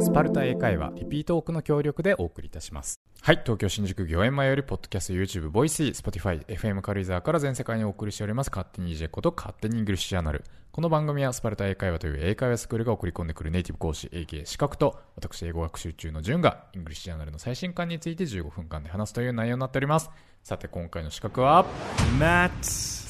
スパルタ英会話リピートオークの協力でお送りいたしますはい東京新宿御苑前よりポッドキャスト YouTube ボイス Spotify FM 軽井沢から全世界にお送りしております勝手に EJ こと勝手にイングリッシュジャーナルこの番組はスパルタ英会話という英会話スクールが送り込んでくるネイティブ講師 AK 資格と私英語学習中のジュンがイングリッシュジャーナルの最新刊について15分間で話すという内容になっておりますさて今回の資格は Matt.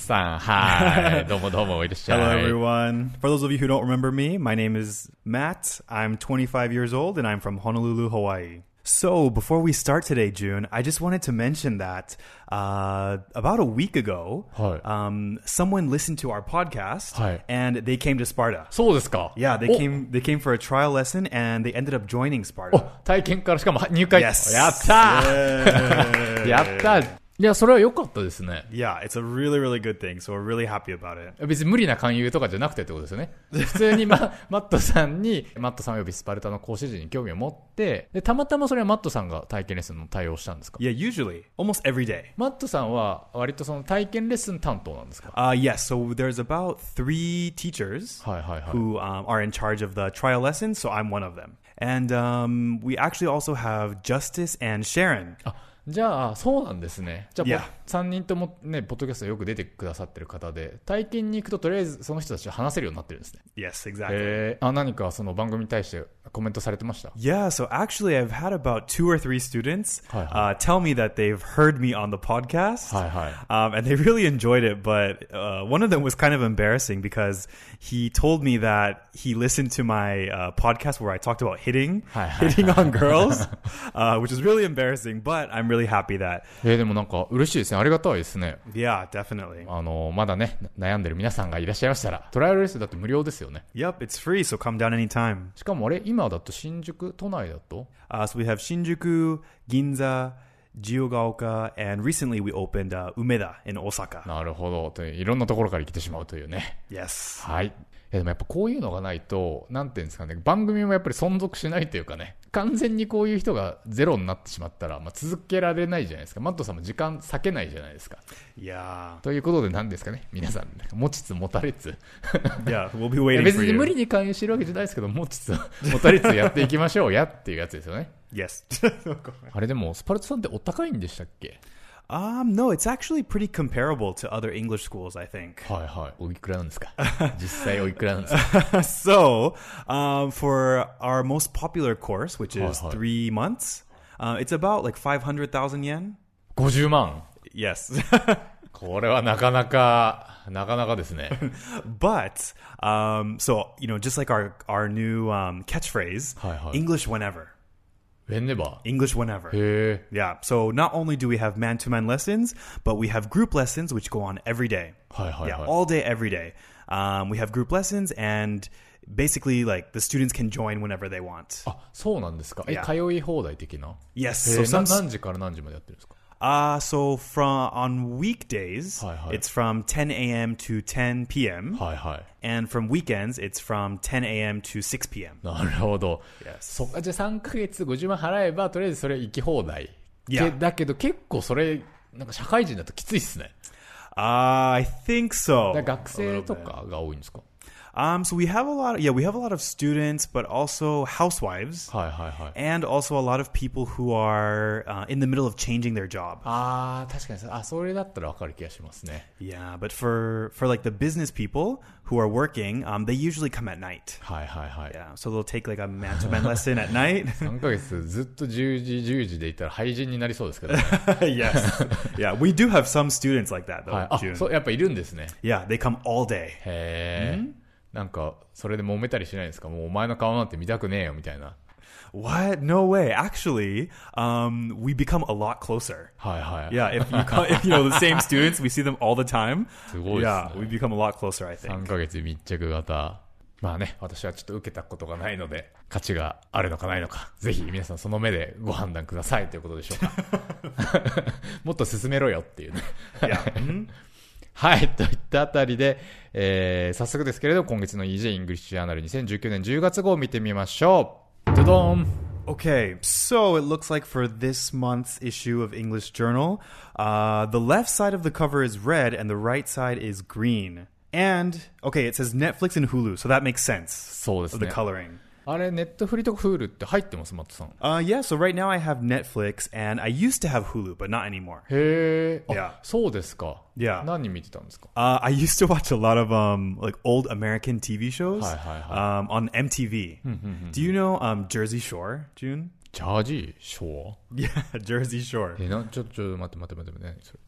さんはい どうもどうもいらっしゃい Hello, everyone. For those of you who don't remember me, my name is Matt. I'm 25 years old and I'm from Honolulu, Hawaii. So, before we start today, June, I just wanted to mention that uh, about a week ago, Hi. um, someone listened to our podcast Hi. oh. and they came to Sparta. そうですか Yeah, they お came they came for a trial lesson and they ended up joining お Sparta. 体験からしかも入会 Yes. やったー Yeah. やったいや、それは良かったですね。 yeah, it's a really really good thing. So, we're really happy about it. 別に無理な勧誘とかじゃなくてってことですよね。普通に、 ま、マットさんに、マットさん及びスパルタの講師陣に興味を持って、で、たまたまそれはマットさんが体験レッスンの対応したんですか Yeah, usually almost every day. マットさんは割とその体験レッスン担当なんですか Uh, yes. So there's about three teachers はいはいはい。 who um, are in charge of the trial lessons. So I'm one of them. And um, we actually also have Justice and Sharon. あじゃあ、そうなんですね。じゃあ、いや3人ともね、ポッドキャストよく出てくださってる方で、体験に行くととりあえずその人たちと話せるようになってるんですね。 Yes, exactly. えー、あ、何かその番組に対してコメントされてました yeah, so actually, I've had about two or three students Hi, hi. uh, tell me that they've heard me on the podcast. Hi, hi. Um, and they really enjoyed it. But uh, one of them was kind of embarrassing because he told me that he listened to my uh, podcast where I talked about hitting, Hi, hi, hitting on girls, uh, which is really embarrassing. But I'm really happy that えーでもなんか嬉しいですね。ありがたいですね。 Yeah, definitely. あの、まだね、な悩んでる皆さんがいらっしゃいましたら、トライアルレッスンだって無料ですよね。 Yep, it's free, so come down anytime. しかもあれ、今だと新宿、都内だと Uh, so we have Shinjuku, Ginza, Jiogaoka, and recently we opened uh, Umeda in Osaka. なるほど。といういろんなところから来てしまうというね。 Yes. はい。いやでもやっぱこういうのがないと、なんていうんですかね、番組もやっぱり存続しないというかね、完全にこういう人がゼロになってしまったら、まあ、続けられないじゃないですか。マットさんも時間割けないじゃないですか。 Yeah. ということで何ですかね、皆さん、なんか持ちつ持たれつ。 Yeah, we'll be いや waiting 別 for に無理 you. に勧誘してるわけじゃないですけど、持ちつ 持たれつやっていきましょうやっていうやつですよね。 Yes. Oh, あれでも、スパルタさんってお高いんでしたっけ um, no, it's actually pretty comparable to other English schools, I think. はいはい。おいくらなんです か実際おいくらなんですか so, um, for our most popular course, which is hi. three months, uh, it's about like 500,000 yen. ?50 万。 Yes. これはなかなか、なかなかです ね。 But um, so you know, just like our our new um, catchphrase, Hi, hi. English whenever, ウェンネバ English ー。whenever. へ Yeah. So not only do we have man-to-man lessons, but we have group lessons which go on every day. ー。はいはい Yeah, はい。 all day, every day. Um, we have group lessons, and basically, like the students can join whenever they want. あ、そうなんですか。え、 Yeah. 通い放題的な Yes. え So ー、な some 何時から何時までやってるんですか uh so from on weekdays, Hi, hi. it's from 10 a.m. to 10 p.m. はいはい。 And from weekends, it's from 10 a.m. to 6 p.m. なるほど。 Yes. そっか、じゃあ3ヶ月50万払えば、とりあえずそれ行き放題。いやけだけど結構それ、なんか社会人だときついっすね。 Uh, I think so. だから学生とかが多いんですか Um, so we have a lot. yeah, we have a lot of students, but also housewives, はいはいはい。 and also a lot of people who are uh, in the middle of changing their job. ああ、確かにそあ、それだったらわかる気がしますね。 Yeah, but for for like the business people who are working, um, they usually come at night. はいはいはい。 Yeah, so they'll take like a man-to-man lesson at night. 3ヶ月ずっと10時、10時でいたら廃人になりそうですけどね。 yes, yeah, we do have some students like that though. はい。 あ、 June. そう、やっぱいるんですね。 yeah, they come all day. へえ。なんか、それで揉めたりしないですかもうお前の顔なんて見たくねえよ、みたいな。 What? No way. Actually, um, we become a lot closer. はいはい。 Yeah, if you call, if you know the same students, we see them all the time. すごいっすね。 yeah, we become a lot closer, I think. 3ヶ月密着型。まあね、私はちょっと受けたことがないので、価値があるのかないのか、ぜひ皆さんその目でご判断くださ いということでしょうか。もっと進めろよっていうね。 Yeah. Mhm. はい、といったあたりで、えー、早速ですけれど、今月の EJ イングリッシュジャーナル2019年10月号を見てみましょう。ドドン Okay, so it looks like for this month's issue of English Journal, uh, the left side of the cover is red and the right side is green. And, okay, it says Netflix and Hulu, so that makes sense そうです of the ね。 coloring. あれ、ネットフリとフールって入ってます、マットさん。へ Uh, yeah, so right now I have Netflix and I used to have Hulu, but not anymore. え。あ Yeah. そうですか。 Yeah. 何見てたんですか Uh, I used to watch a lot of um, like old American TV shows Hi, hi, Hmm, um, on MTV. Do you know um, Jersey Shore, June? ジャージーショー Yeah, Jersey Shore. えーな、ちょ、ちょ、待って待って待って待って、何それ。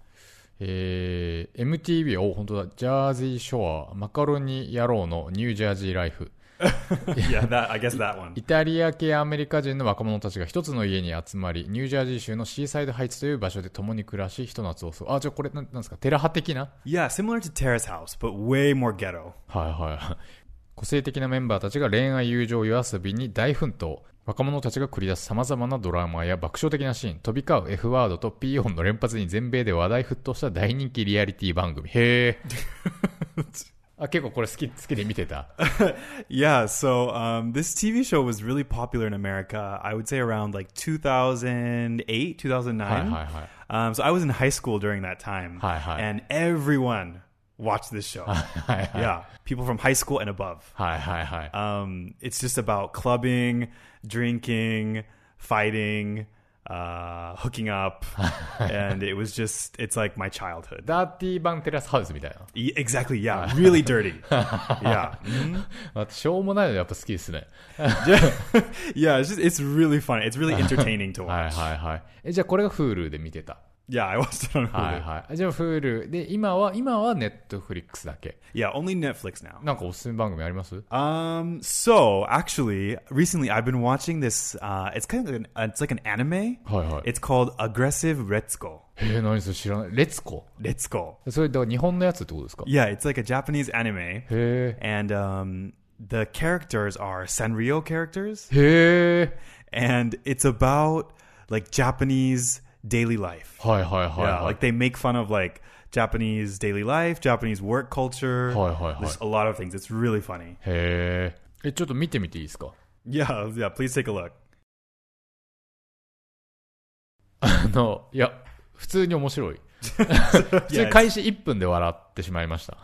えー、MTV、お、本当だ。ジャージーショア、マカロニ野郎のニュージャージーライフ。 yeah, that I guess that one. イタリア系アメリカ人の若者たちが一つの家に集まり、ニュージャージー州のシーサイドハイツという場所で共に暮らし、ひと夏を過ごす。あ、じゃあこれ、なんなんですかテラ派的な Yeah, similar to Terrace House, but way more ghetto. はいはい。個性的なメンバーたちが恋愛、友情、夜遊びに大奮闘。若者たちが繰り出す様々なドラマや爆笑的なシーン、飛び交う F ワードと P 音の連発に全米で話題沸騰した大人気リアリティ番組。へえ。あ、結構これ好き、好きで見てた。 Yeah, so um, this TV show was really popular in America. I would say around like は 2008, い 2009. はいはい。 Um, so I was in high school during that time, Hi, hi. and everyone watched this show. はいはい。 yeah, people from high school and above. はいはいはい。 Um, it's just about clubbing, drinking, fighting, uh, hooking up, and it was just it's like my childhood. ダーティー版テラスハウスみたいな。 E- exactly, yeah, really dirty. yeah, Mhm. あとしょうもないのやっぱ好きですね。 yeah. It's just it's really funny. It's really entertaining to はい watch. はいはい。え、じゃあこれが Hulu で見てた。 Yeah, I watched it on Hulu. はいはい。じゃあ Hulu で、今は、今は Netflix だけ。 Yeah, only Netflix now. なんかおすすめ番組あります Um, so actually, recently I've been watching this. Uh, it's kind of like an, it's like an anime. はいはい。 It's called Aggressive Retsuko. えー、何それ知らない。レツコ Retsuko. それ、だから日本のやつってことですか Yeah, it's like a Japanese anime, へ and um, the characters are Sanrio characters, え。へえ。 and it's about like Japanese daily life. はいはいはい、 Yeah, はい like they make fun of like Japanese daily life, Japanese work culture. Hi, hi, hi. There's a lot of things. It's really funny. へえ。え、ちょっと見てみていいですか Yeah, yeah. Please take a look. あの、いや、普通に面白い。普 Yeah, 通 it's- 開始1分で笑ってしまいました。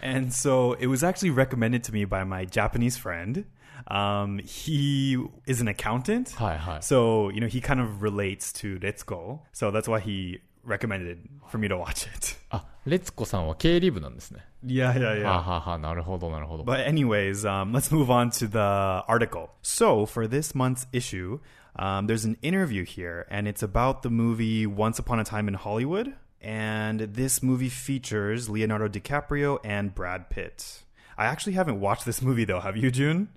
And so it was actually recommended to me by my Japanese friend. Um, he is an accountant. はいはい。 So, you know, he kind of relates to Retsuko. So that's why he recommended it for me to watch it. あ、レツコさんは経理部なんですね。 Yeah, yeah, yeah. はあ、はあはあ、なるほどなるほど。 But, anyways, um, let's move on to the article. So, for this month's issue, um, there's an interview here, and it's about the movie Once Upon a Time in Hollywood. And this movie features Leonardo DiCaprio and Brad Pitt. I actually haven't watched this movie though. Have you, June?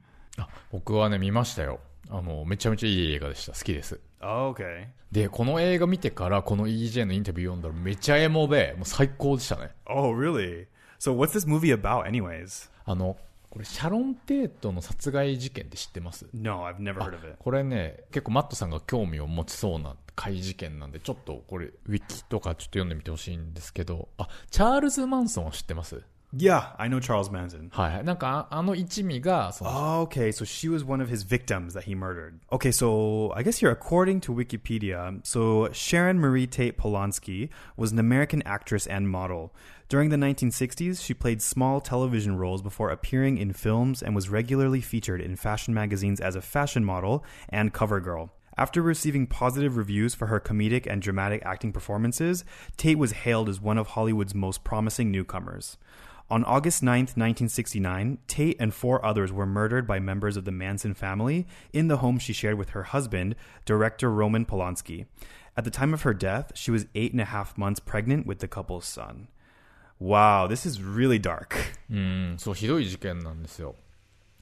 僕はね、見ましたよ。あの、めちゃめちゃいい映画でした。好きです。 Oh, okay. で、この映画見てから、この EJ のインタビュー読んだらめちゃエモで、もう最高でしたね。 Oh, really? So, what's this movie about, anyways? あの、これ、シャロン・テイトの殺害事件って知ってます No, I've never heard of it. これね、結構マットさんが興味を持ちそうな怪事件なんで、ちょっとこれ、ウィキとかちょっと読んでみてほしいんですけど、あ、チャールズ・マンソンは知ってます Yeah, I know Charles Manson. はいはい。なんかあ、あの一味が、その、 Oh, okay. So she was one of his victims that he murdered. Okay, so I guess here, according to Wikipedia, so Sharon Marie Tate Polanski was an American actress and model. During the 1960s, she played small television roles before appearing in films and was regularly featured in fashion magazines as a fashion model and cover girl. After receiving positive reviews for her comedic and dramatic acting performances, Tate was hailed as one of Hollywood's most promising newcomers. On August 9th, 1969, Tate and four others were murdered by members of the Manson family in the home she shared with her husband, director Roman Polanski. At the time of her death, she was eight and a half months pregnant with the couple's son. Wow, this is really dark. うん、そう、ひどい事件なんですよ。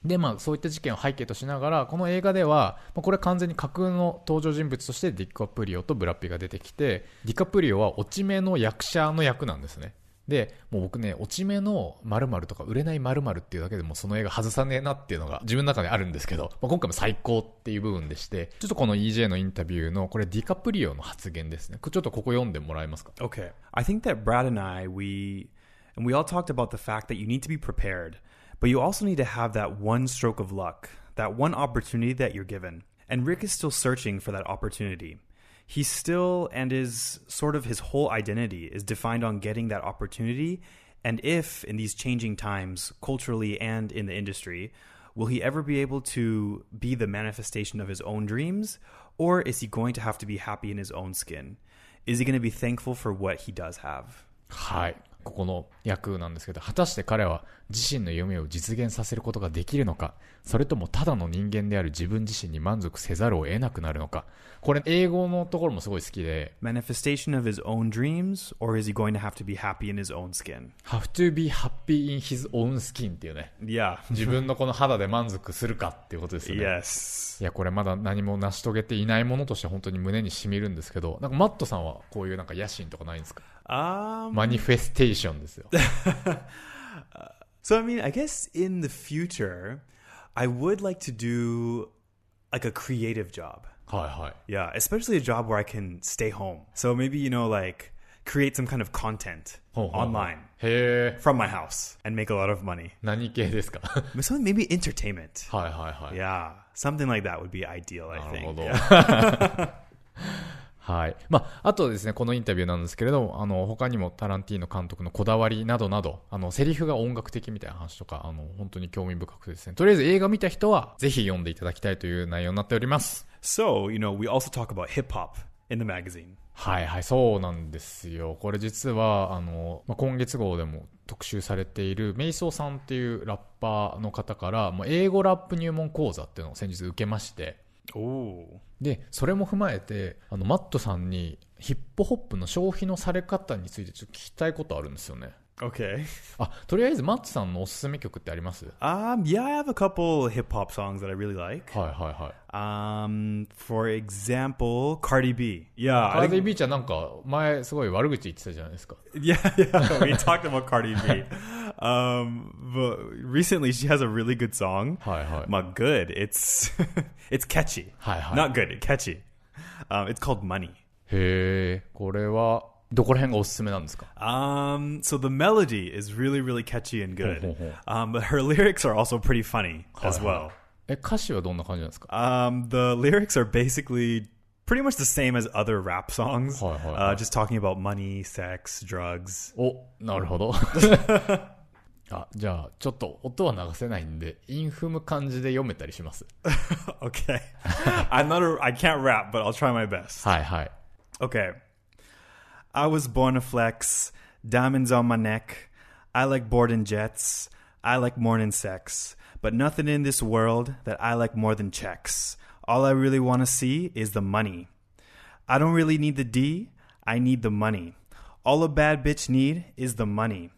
で、まあ、そういった事件を背景としながら、この映画では、まあ、これ完全に架空の登場人物としてディカプリオとブラッピーが出てきて、ディカプリオは落ち目の役者の役なんですね。で、もう僕ね、落ち目の〇〇とか売れない〇〇っていうだけでもうその映画外さねえなっていうのが自分の中であるんですけど、まあ、今回も最高っていう部分でして、ちょっとこの EJ のインタビューの、これディカプリオの発言ですね。これちょっとここ読んでもらえますか Okay. I think that Brad and I, we And we all talked about the fact that you need to be prepared, but you also need to have that one stroke of luck, that one opportunity that you're given. And Rick is still searching for that opportunity. He's still, and is sort of his whole identity is defined on getting that opportunity. And if, in these changing times, culturally and in the industry, will he ever be able to be the manifestation of his own dreams? Or is he going to have to be happy in his own skin? Is he going to be thankful for what he does have? はい。ここの役なんですけど、果たして彼は自身の夢を実現させることができるのか、それともただの人間である自分自身に満足せざるを得なくなるのか。これ、英語のところもすごい好きで、 manifestation of his own dreams, or is he going to have to be happy in his own skin? have to be happy in his own skin っていう ね。 Yeah. 自分のこの肌で満足するかっていうことですよね。 Yes. いや、これまだ何も成し遂げていないものとして本当に胸に染みるんですけど、なんかマットさんはこういうなんか野心とかないんですか Um. マニフェステーションです よ。 So I mean, I guess in the future, I would like to do like a creative job. はいはい。 Yeah, especially a job where I can stay home. So maybe you know, like create some kind of content ほうほうほう online へえ。 from my house and make a lot of money. 何系ですか は But Something maybe entertainment. いはいはい。 Yeah, something like that would be ideal. I なる think. ほど Yeah.。 はい。まあ、あとですね、このインタビューなんですけれど、あの、他にもタランティーノ監督のこだわりなどなど、あの、セリフが音楽的みたいな話とか、あの、本当に興味深くてですね、とりあえず映画見た人は、ぜひ読んでいただきたいという内容になっております。 So you know, we also talk about hip hop in the magazine. はいはい、そうなんですよ。これ実は、あの、まあ、今月号でも特集されている、メイソーさんっていうラッパーの方から、もう英語ラップ入門講座っていうのを先日受けまして、 Oh. で、それも踏まえて、あの、マットさんに、ヒップホップの消費のされ方についてちょっと聞きたいことあるんですよね。 Okay. あ、とりあえずマットさんのおすすめ曲ってありますはい Um, yeah, I have a couple hip hop songs that I really like. はいはい。 Um, for example, Cardi B. Yeah, カ I ーディ think, ビーちゃんなんか、前すごい悪口言ってたじゃないですか。 yeah, yeah. We talked about Cardi B. Um, but recently she has a really good song. はいはい。 But good, it's it's catchy. はいはい。 Not good, catchy. Um, it's called Money. へえ、これは、どこら辺がおすすめなんですか Um, so the melody is really, really catchy and Ho, good. ho, Um, but her lyrics are also pretty funny as Hi, hi. well. え、歌詞はどんな感じなんですか Um, the lyrics are basically pretty much the same as other rap songs. Hi, hi, hi. Uh, just talking about money, sex, drugs. お、なるほ ど。あ、じゃあ、ちょっと音は流せないんで、インフム漢字で読めたりします。 Okay. I'm not a I can't rap, but I'll try my best. はいはい。 Okay. I was born to flex, diamonds on my neck. I like boarding jets. I like morning sex, but nothing in this world that I like more than checks. All I really want to see is the money. I don't really need the D, I need the money. All a bad bitch need is the money.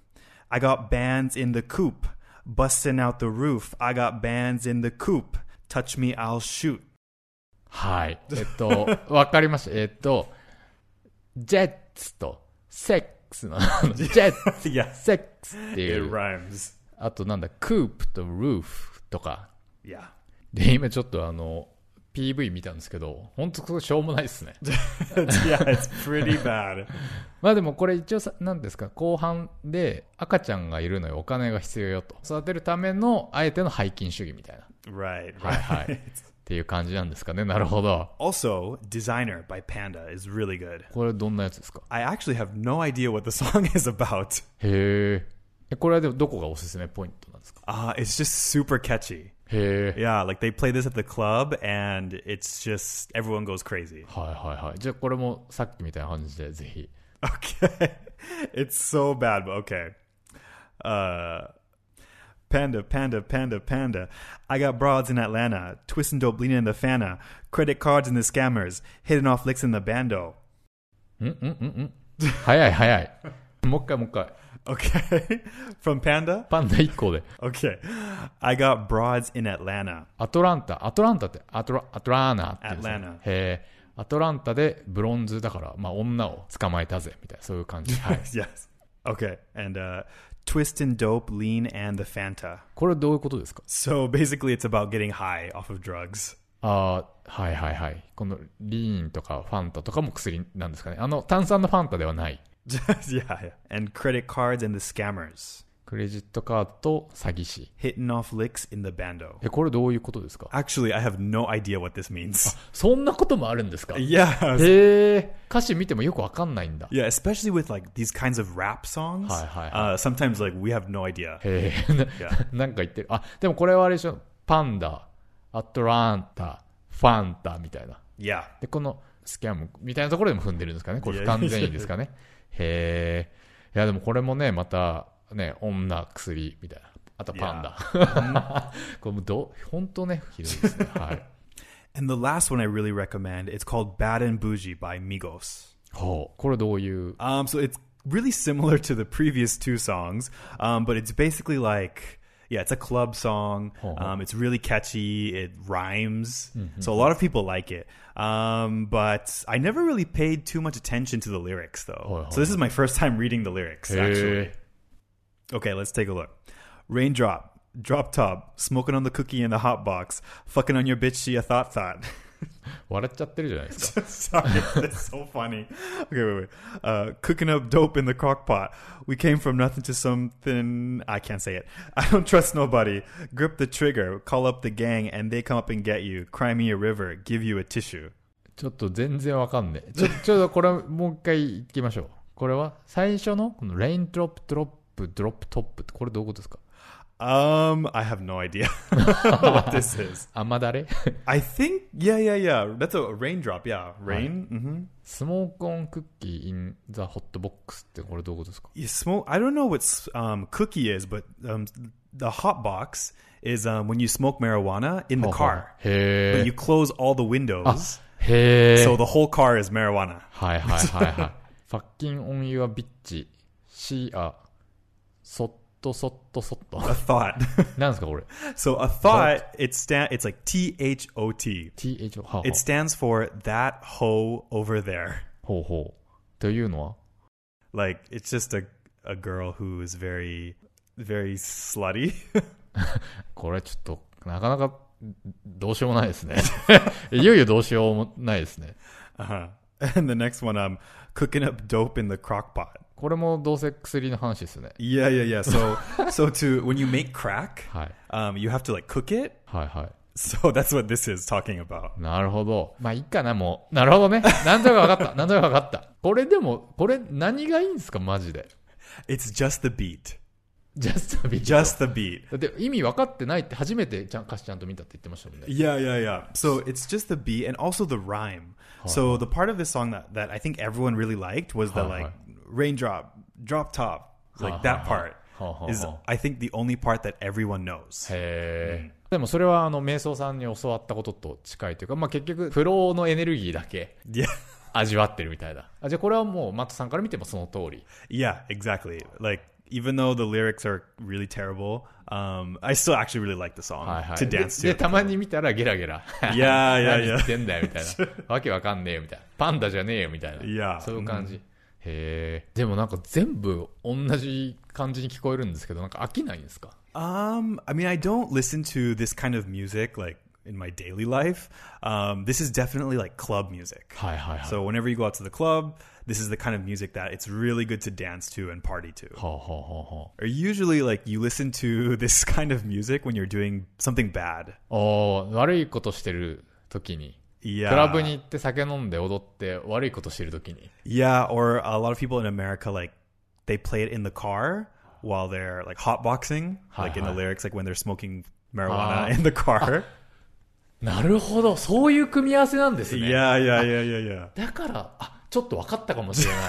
I got bands in the coop, busting out the roof. I got bands in the coop. Touch me, I'll shoot. はい。えっと、 わかりました。えっと、ジェッツとセックスの、あのジェッツ、 Yes, セックスってい it う、 rhymes. あとなんだ、クープとルーフとか。 Yeah. で、今ちょっとあの、PV 見たんですけど、ほんとこれしょうもないですね。 yeah, it's pretty bad. まあでもこれ一応さ、なんですか、後半で赤ちゃんがいるのよ、お金が必要よと。育てるための、あえての背筋主義みたいな。 Right, はい right. はい。っていう感じなんですかね。なるほど。 Also, Designer by Panda is really good. これどんなやつですか I actually have no idea what the song is about. へーえ。これはでもどこがおすすめポイントなんですか Uh, it's just super catchy. へえ。 Yeah, like they play this at the club and it's just everyone goes crazy. はいはいはい。じゃあこれもさっきみたいな感じでぜひ。 Okay. it's so bad, but okay. Uh Panda, panda, panda, panda. I got broads in Atlanta, twisting dope, leaning in the fana, credit cards in the scammers, hitting off licks in the bando. うんうんうんうん。早い早い。 もう一回もう一回。 Okay. From Panda? パンダ1個で。 Okay. I got broads in Atlanta. アトランタ。アトランタって、アトラ、アトラーナって言うんですよ Atlanta へえ。アトランタでブロンズだから、まあ女を捕まえたぜ、みたいな、そういう感 じ。はい。 Yes. Okay. And uh, Twist and Dope, Lean, and the Fanta. これどういうことですか So basically, it's about getting high off of drugs. ああ、はいはいはい。このリーンとかファンタとかも薬なんですかね。あの、炭酸のファンタではない。 yeah, yeah. And credit cards and the scammers クレジットカードと詐欺師。 hitting off licks in the bando. え、これどういうことですか Actually, I have no idea what this means. そんなこともあるんですかへ yeah. え。歌詞見てもよくわかんないんだ。 Yeah, especially with like these kinds of rap songs. Hi, hi, hi. Uh, sometimes like we have no idea. へえ。な Yeah. なんか言ってる。あ、でもこれはあれでしょ。パンダ、アトランタ、ファンタみたいな。 Yeah. で、このスキャムみたいなところでも踏んでるんですかね。これい不や完全にですかね。へえ。いや、でもこれもね、また、ね、女、薬みたいな。あとパンダ。 これもうど、本当ね、ひどいですね。 はい。 And the last one I really recommend, it's called Bad and Bougie by Migos. ほう。これどういう。 Um, so it's really similar to the previous two songs, um, but it's basically like yeah, it's a club song. Oh. Um, it's really catchy. It rhymes, so a lot of people like it. Um, but I never really paid too much attention to the lyrics, Oh, though. so this is my first time reading the lyrics. へ Actually, え。 okay, let's take a look. Raindrop, drop top, smoking on the cookie in the hot box, fucking on your bitch. She a thought thought. 笑っちゃってるじゃないですか。 Sorry, that's so funny. Okay, wait, wait. Uh, cooking up dope in the crock pot. We came from nothing to something. I can't say it. I don't trust nobody. Grip the trigger. Call up the gang, and they come up and get you. Cry me a river. Give you a tissue. ちょっと全然わかんねえ。ちょ、ちょっとこれもう一回行きましょう。これは最初のこのレインドロップ、ドロップ、ドロップトップってこれどういうことですか Um, I have no idea what this is. 雨だれ I think, yeah, yeah, yeah. That's a raindrop. Yeah, rain. Mm-hmm. スモークオンクッキーインザホットボックスってこれどういうことですか You smoke. I don't know what s- um, cookie is, but um, the hot box is um, when you smoke marijuana in the ほうほう car. へ But え you。close all the あ windows.、へえ。 So the whole car is marijuana. はいはいはいはい。ファッキンオンユアビッチ、シーア、そっとそっとそ っと。 A thought. なんですかこれ so a thought, it stand it's like T H O T. ?TH、はあはあ It stands for that hoe over there. ほうほう。というのは Like it's just a a girl who is very very slutty. これちょっと、なかなか、どうしようもないです ね。いよいよどうしようもないですね。 uh-huh. And the next one um cooking up dope in the crock pot. これもどうせ薬の話ですね。 Yeah, yeah, yeah. So so to when you make crack, はい。 um you have to like cook it. はいはい。 So that's what this is talking about. なるほど。まあいいかな、もう。なるほどね。なんとなくわかった。なんとなくわかった。これでも、これ何がいいんですか、マジで。 It's just the beat. just a b e Just the beat. だって意味分かってないって初めてちゃん歌詞ちゃんと見たって言ってましたもんね。 Yeah, yeah, yeah. So it's just the beat and also the rhyme. So the part of this song that, that I think everyone really liked was the Huh, like huh. raindrop, drop top, Huh, like that huh, part huh. Huh, huh, is huh. I think the only part that everyone knows. へえ。でもそれはあの、瞑想さんに教わったことと近いというか、まあ結局、フローのエネルギーだけ Yeah, 味わってるみたいだ。あじゃあこれはもう、マットさんから見てもその通り。 yeah, exactly. Like even though the lyrics are really terrible, um, I still actually really like the song はいはい。 to dance で to. で、たまに見たらゲラゲラ。いやいやいや 何言ってんだよ、みたいな。わけわかんねえよ、みたいな。パンダじゃねえよ、みたいな。いやそういう感じ。へえ。でもなんか全部同じ感じに聞こえるんですけど、なんか飽きないんですか Um, I mean, I don't listen to this kind of music like in my daily life. Um, this is definitely like club music. はいはいはい。 So whenever you go out to the club, this is the kind of music that it's really good to dance to and party to. はあはあはあはあ。 Or usually, like you listen to this kind of music when you're doing something bad. おー悪いことしてる時に。ク Yeah, ラブに行って酒飲んで踊って悪いことしてる時に。 yeah. Or a lot of people in America like they play it in the car while they're like hotboxing, like in the hi. lyrics, like when they're smoking marijuana Ah. in the car. なるほど。そういう組み合わせなんですね。 yeah, yeah, yeah, yeah, yeah. だから、あ、ちょっと分かったかもしれない。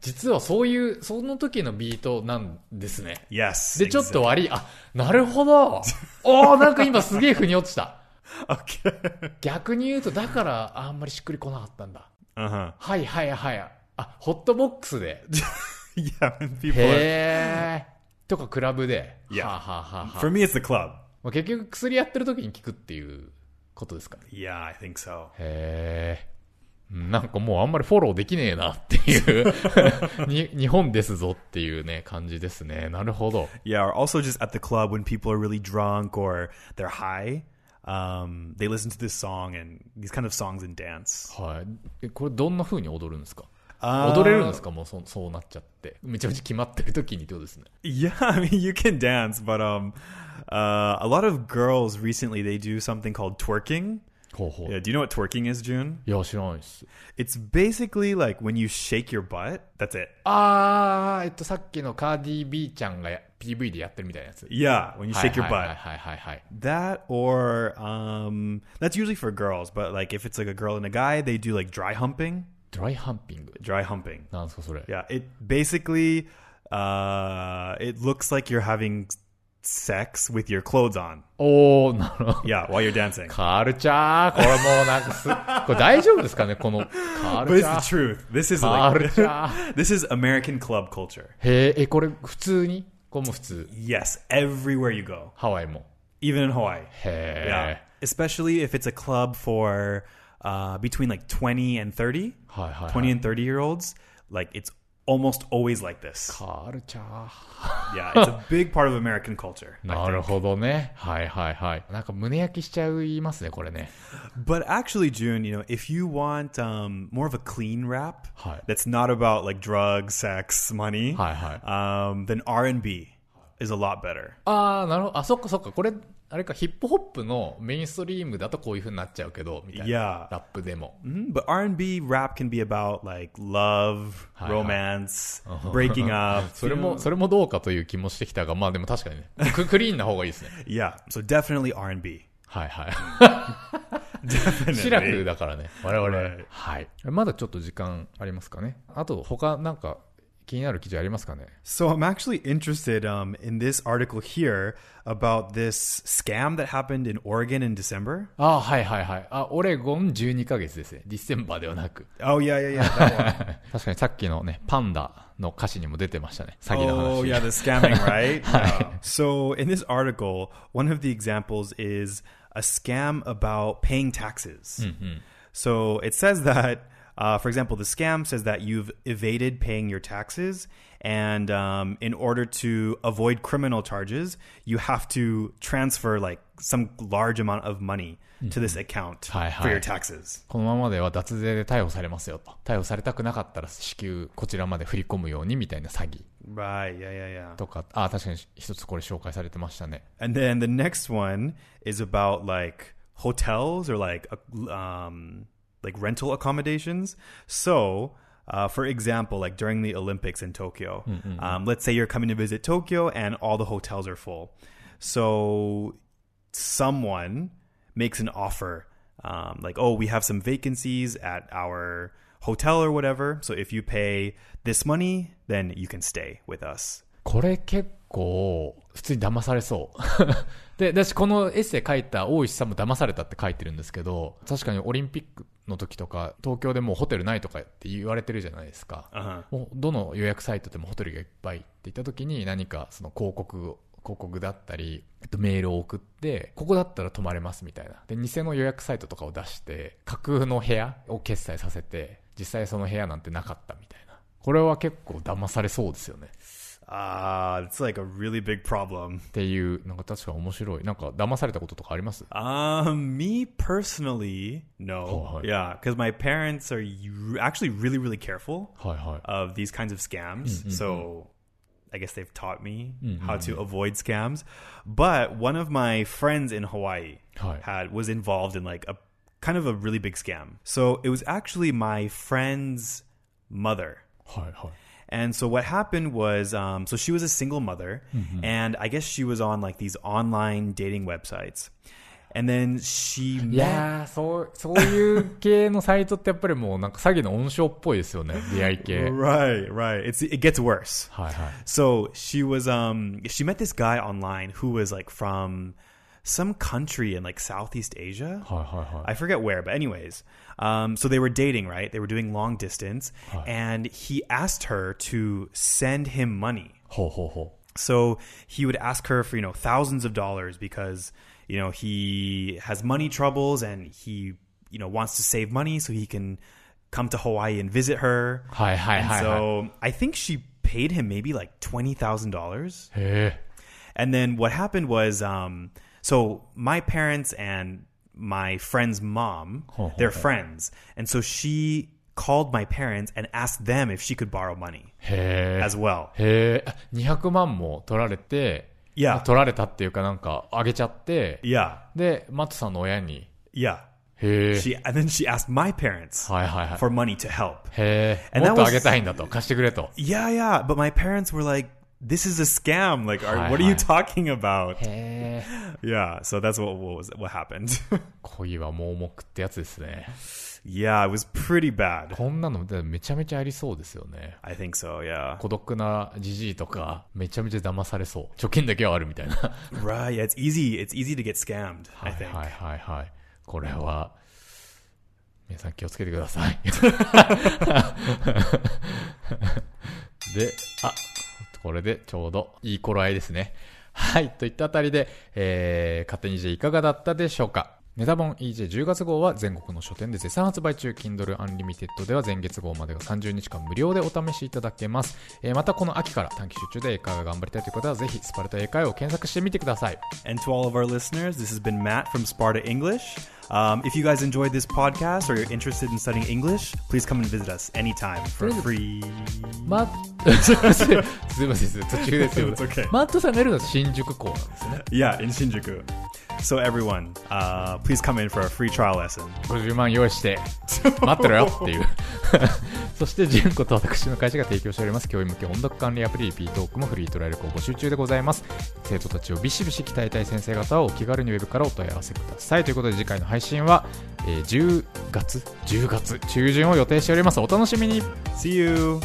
実はそういう、その時のビートなんですね。 Yes. で、ちょっと割り、あ、なるほど。おー、なんか今すげえ腑に落ちた。 exactly. Okay. 逆に言うと、だからあんまりしっくりこなかったんだ。 uh huh. はいはいはい。あ、ホットボックスで。 yeah, when people. Are, へー。とかクラブで。いやはあ、はあはあはあ for me, it's the club. まあ、結局薬やってる時に効くっていうことですかね。 Yeah, I think so. へー。なんかもうあんまりフォローできねえなっていう。に日本ですぞっていうね、感じですね。なるほど。 Yeah, or also just at the club when people are really drunk or they're high, um, they listen to this song and these kind of songs and dance. はい。えこれどんな風に踊るんですか Uh, 踊れるんですかもうそそうなっちゃってめちゃめちゃ決まってる時にってことですね Yeah, I mean you can dance, but um, uh, a lot of girls recently they do something called twerking. ほうほう Yeah, do you know what twerking is, June? いや知らないです It's basically like when you shake your butt. That's it. あーえっとさっきのカーディー・ビーちゃんがや PV でやってるみたいなやつ Yeah, when you はい shake はい your はい butt. はいはいはい。 That or um, that's usually for girls, but like if it's like a girl and a guy, they do like dry humping. ドライハンピング Dry humping. なんですかそれ Yeah, it basically uh, it looks like you're having sex with your clothes on. おーなるほど Yeah, while you're dancing. カルチャーこれもうなん かすこれ大丈夫ですかねこのカ But ルチ it's ャ the ー truth. This is カ like ルチャー this is American club culture. へええこれ普通にこれも普通 Yes, everywhere you go, ハワイも even in Hawaii. へ Yeah, え especially if it's a club for uh, between like 20 and 30, はいはいは20い and 30 year olds. Like it's almost always like this. カルチャー Yeah, it's a big part of American culture. I な think. るほどねはいはいはいなんか胸焼きしちゃいますねこれ ね But actually, June, you know, if you want um, more of a clean rap Hi. that's not about like drugs, sex, money, Hi, Um, then R and B is a lot better. ああなるほどあそっかそっかこれあれかヒップホップのメインストリームだとこういう風になっちゃうけどみたいな Yeah. ラップでも Mhm, But R and B rap can be about like love, Hi, Uh-huh. romance, breaking up. それ you も know? それもどうかという気もしてきたがまあでも確かに ねククリーンな方がいいですね yeah. So definitely R and B. はい はいシラフ Definitely. だからね我々、 Right. はいまだちょっと時間ありますかねあと他なんか気になる記事ありますかね So I'm actually interested um, in this article here about this scam that happened in Oregon in December. ああはいはいはいあオレゴン12ヶ月ですねディセンバーではなく Oh yeah, yeah, yeah. That one. 確かにさっきのねパンダの歌詞にも出てましたね詐欺の話 Oh, yeah, the scamming, right? Yeah. So, in this article, one of the examples is a scam about paying taxes. Mm-hmm. So, it says that, uh, for example, the scam says that you've evaded paying your taxes. And um, in order to avoid criminal charges, you have to transfer like some large amount of money to this account Mm-hmm. Hi, for your hi. taxes. このままでは脱税で逮捕されますよと逮捕されたくなかったら支給こちらまで振り込むようにみたいな詐欺 Right. Yeah, yeah, yeah. とかあ確かに一つこれ紹介されてましたね And then the next one is about like hotels or like uh, um, like rental accommodations. So, uh, for example, like during the Olympics in Tokyo, um, let's say you're coming to visit Tokyo and all the hotels are full. So, someone makes an offer um, like, oh, we have some vacancies at our hotel or whatever. So, if you pay this money, then you can stay with us. これ結構普通に騙されそう で私このエッセイ書いた大石さんも騙されたって書いてるんですけど確かにオリンピックの時とか東京でもうホテルないとかって言われてるじゃないですか、 Uh-huh. もうどの予約サイトでもホテルがいっぱいって言った時に何かその広告を広告だったり、えっと、メールを送って、ここだったら泊まれますみたいな。で、偽の予約サイトとかを出して、架空の部屋を決済させて、実際その部屋なんてなかったみたいな。これは結構騙されそうですよね。 Ah, it's like a really big problem. っていう、なんか確か面白い。なんか騙されたこととかあります Um, me personally, Oh, no. hi. Yeah, because my parents are u- actually really, really careful はいはい。 of these kinds of scams. So I guess they've taught me how to avoid scams. But one of my friends in Hawaii Hi. had was involved in like a kind of a really big scam. So it was actually my friend's mother. はいはい。 And so what happened was, um, so she was a single mother, and I guess she was on like these online dating websites. And then い she met. やー、そう、そういう系のサイトってやっぱりもうなんか詐欺の温床っぽいです よね。出会い系。はい Right, right. It's it gets worse. はい。 So she was um she met this guy online who was like from some country in like Southeast Asia. はいはいはい。 I forget where, but anyways, um, so they were dating, right? They were doing long distance, and he asked her to send him money. ほうほうほう。 So he would ask her for, you know, thousands of dollars because, you know, he has money troubles and he, you know, wants to save money so he can come to Hawaii and visit her. はいはいはい、はい。 So I think she paid him maybe like へ $20,000. え。 And then what happened was, um, so my parents and my friend's mom, Ho, ho, they're ho. friends. And so she called my parents and asked them if she could borrow money へえ as well. へえあ200万も取られて、 Yeah. まあ取られたっていうかなんかあげちゃって、 Yeah, でマットさんの親に yeah. へえ She and then she asked my parents はいはいはい for money to help. へえ And も that っと was- あげたいんだと貸してくれと Yeah, yeah. But my parents were like, "This is a scam. Like, are, Hi, what are you hi. talking about?" へえ Yeah. So that's what, what was what happened. 恋は盲目ってやつですね yeah, it was pretty bad. こんなのでめちゃめちゃありそうですよね I think so. Yeah. 孤独なじじいとかめちゃめちゃ騙されそう貯金だけはあるみたいな Right. Yeah, it's easy. It's easy to get scammed. は I い think. はいはいはいこれは皆さん気をつけてください であこれでちょうどいい頃合いですねはいといったあたりで、えー、勝手に J いかがだったでしょうかネタ本 EJ10 月号は全国の書店で絶賛発売中 Kindle Unlimited では前月号までが30日間無料でお試しいただけます、えーまたこの秋から短期集中で英会話頑張りたいという方はぜひスパルタ英会話を検索してみてください And to all of our listeners, this has been Matt from Sparta English. Um, if you guys enjoyed this podcast or you're interested in studying English, please come and visit us anytime for a Really? free. マッ すいませんすいません途中ですよ It's okay. マットさんがいるのは新宿校なんですね Yeah, in Shinjuku. So everyone, uh, please come in for a free trial lesson. 50万用意して待ってろよっていう そして純子と私の会社が提供しております教員向け音読管理アプリリピートークもフリートライアル校募集中でございます生徒たちをビシビシ鍛えたい先生方はお気軽にウェブからお問い合わせくださいということで次回の配信は、えー10月10月中旬を予定しておりますお楽しみに See you.